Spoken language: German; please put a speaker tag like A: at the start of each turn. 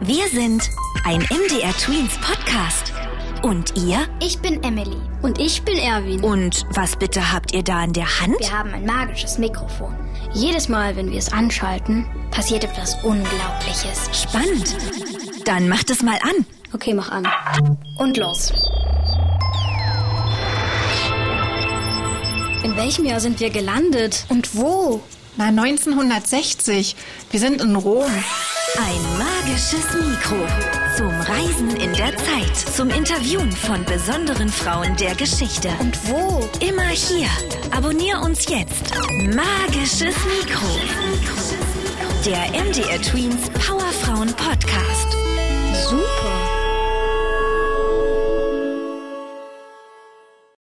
A: Wir sind ein MDR Twins Podcast. Und ihr?
B: Ich bin Emily.
C: Und ich bin Erwin.
A: Und was bitte habt ihr da in der Hand?
B: Wir haben ein magisches Mikrofon.
C: Jedes Mal, wenn wir es anschalten,
B: passiert etwas Unglaubliches.
A: Spannend. Dann macht es mal an.
C: Okay, mach an.
B: Und los.
C: In welchem Jahr sind wir gelandet? Und wo?
D: Na, 1960. Wir sind in Rom.
A: Ein magisches Mikro. Zum Reisen in der Zeit. Zum Interviewen von besonderen Frauen der Geschichte.
C: Und wo?
A: Immer hier. Abonnier uns jetzt. Magisches Mikro. Der MDR Tweens Powerfrauen Podcast.
C: Super.